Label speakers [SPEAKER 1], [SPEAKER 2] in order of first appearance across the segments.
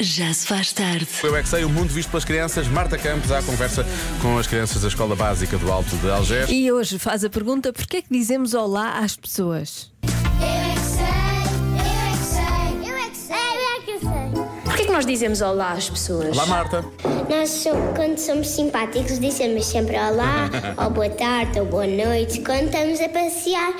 [SPEAKER 1] Já se faz tarde.
[SPEAKER 2] Eu é que sei, o mundo visto pelas crianças. Marta Campos à conversa com as crianças da Escola Básica do Alto de Algés.
[SPEAKER 3] E hoje faz a pergunta: porquê é que dizemos olá às pessoas?
[SPEAKER 4] Eu é que sei, eu é que sei, eu é que sei, eu é que sei.
[SPEAKER 5] Porquê que nós dizemos olá às pessoas?
[SPEAKER 2] Olá, Marta.
[SPEAKER 4] Nós, so- quando somos simpáticos, dizemos sempre olá, ou boa tarde, ou boa noite. Quando estamos a passear,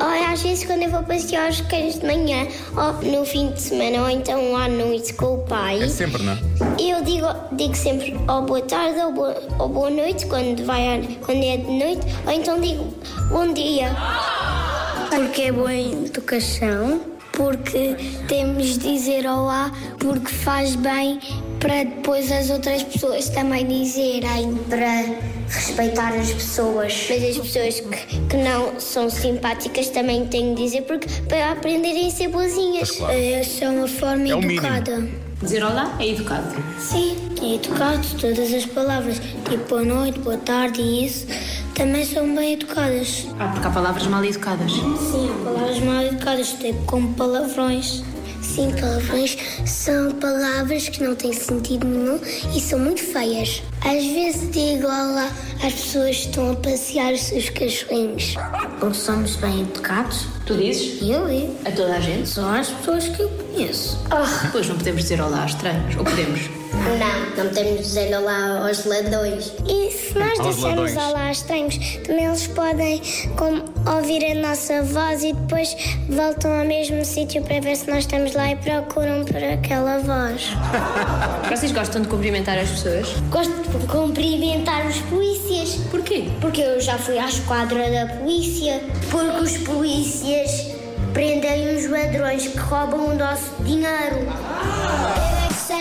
[SPEAKER 4] ou às vezes quando eu vou passear aos cães de manhã, ou no fim de semana, ou então à noite com o pai,
[SPEAKER 2] É sempre, não é?
[SPEAKER 4] eu digo, digo sempre ou boa tarde, ou boa, ou boa noite, quando, vai, a- quando é de noite, ou então digo bom dia. Porque é boa educação, porque temos de dizer olá, porque faz bem para depois as outras pessoas também dizerem, para respeitar as pessoas. Mas as pessoas que, que não são simpáticas também têm de dizer, porque para aprenderem a ser boazinhas.
[SPEAKER 2] Pois claro.
[SPEAKER 4] É só uma forma
[SPEAKER 2] É o mínimo.
[SPEAKER 4] educada.
[SPEAKER 5] Dizer olá é educado.
[SPEAKER 4] Sim, é educado, todas as palavras, tipo boa noite, boa tarde e isso, também são bem educadas.
[SPEAKER 5] Ah, porque há palavras mal educadas.
[SPEAKER 4] Sim, palavras mal educadas, tipo como palavrões. Sim, palavrões são palavras que não têm sentido nenhum e são muito feias. Às vezes digo olá às pessoas que estão a passear os seus cachorrinhos. Porque somos bem educados.
[SPEAKER 5] Tu dizes?
[SPEAKER 4] Eu e
[SPEAKER 5] A toda a gente?
[SPEAKER 4] são as pessoas que eu conheço.
[SPEAKER 5] Pois não podemos dizer olá a estranhos. Ou podemos?
[SPEAKER 4] Não, não podemos dizer olá aos ladões. E se nós
[SPEAKER 2] Aos
[SPEAKER 4] dissermos
[SPEAKER 2] ladões.
[SPEAKER 4] olá aos estranhos, também eles podem como, ouvir a nossa voz e depois voltam ao mesmo sítio para ver se nós estamos lá e procuram por aquela voz.
[SPEAKER 5] Vocês gostam de cumprimentar as pessoas?
[SPEAKER 4] Gosto de cumprimentar os polícias.
[SPEAKER 5] Porquê?
[SPEAKER 4] Porque eu já fui à esquadra da polícia. Porque os polícias prendem os ladrões que roubam o nosso dinheiro. Eu é que sei,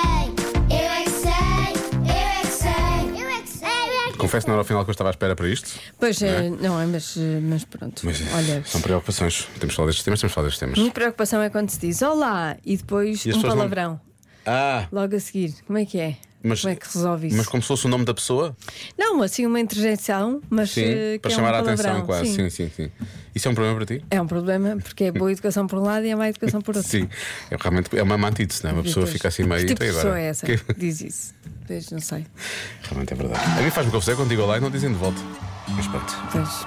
[SPEAKER 4] eu é que sei, eu é que sei, eu é que sei, eu é que
[SPEAKER 2] Confesso que não era o final que eu estava à espera para isto,
[SPEAKER 3] Pois é, não é, mas, eh, mas pronto.
[SPEAKER 2] mas é,
[SPEAKER 3] Olha,
[SPEAKER 2] são preocupações. Temos de falar destes temas, temos de falar destes temas.
[SPEAKER 3] minha preocupação é quando se diz olá e depois
[SPEAKER 2] E as
[SPEAKER 3] um
[SPEAKER 2] pessoas não-
[SPEAKER 3] palavrão.
[SPEAKER 2] Ah,
[SPEAKER 3] Logo a seguir, como é que é?
[SPEAKER 2] mas.
[SPEAKER 3] como é que resolve isso?
[SPEAKER 2] Mas como se fosse o nome da pessoa?
[SPEAKER 3] Não, assim uma interjeição, mas eh, que
[SPEAKER 2] para
[SPEAKER 3] é um
[SPEAKER 2] chamar a
[SPEAKER 3] palavrão.
[SPEAKER 2] atenção, claro. Sim. sim, sim, Isso é um problema para ti?
[SPEAKER 3] É um problema, porque é boa educação por um lado e é má educação por outro.
[SPEAKER 2] Sim. É realmente é uma mantite, não é? Uma pessoa
[SPEAKER 3] Pois.
[SPEAKER 2] fica assim meio.
[SPEAKER 3] Que tipo
[SPEAKER 2] "E
[SPEAKER 3] de
[SPEAKER 2] agora?"
[SPEAKER 3] pessoa é essa?
[SPEAKER 2] Que-
[SPEAKER 3] que Diz isso. Pois não sei.
[SPEAKER 2] Realmente é verdade. A mim faz-me confusão quando digo lá e não dizem de volta. Mas pronto.
[SPEAKER 3] Pois.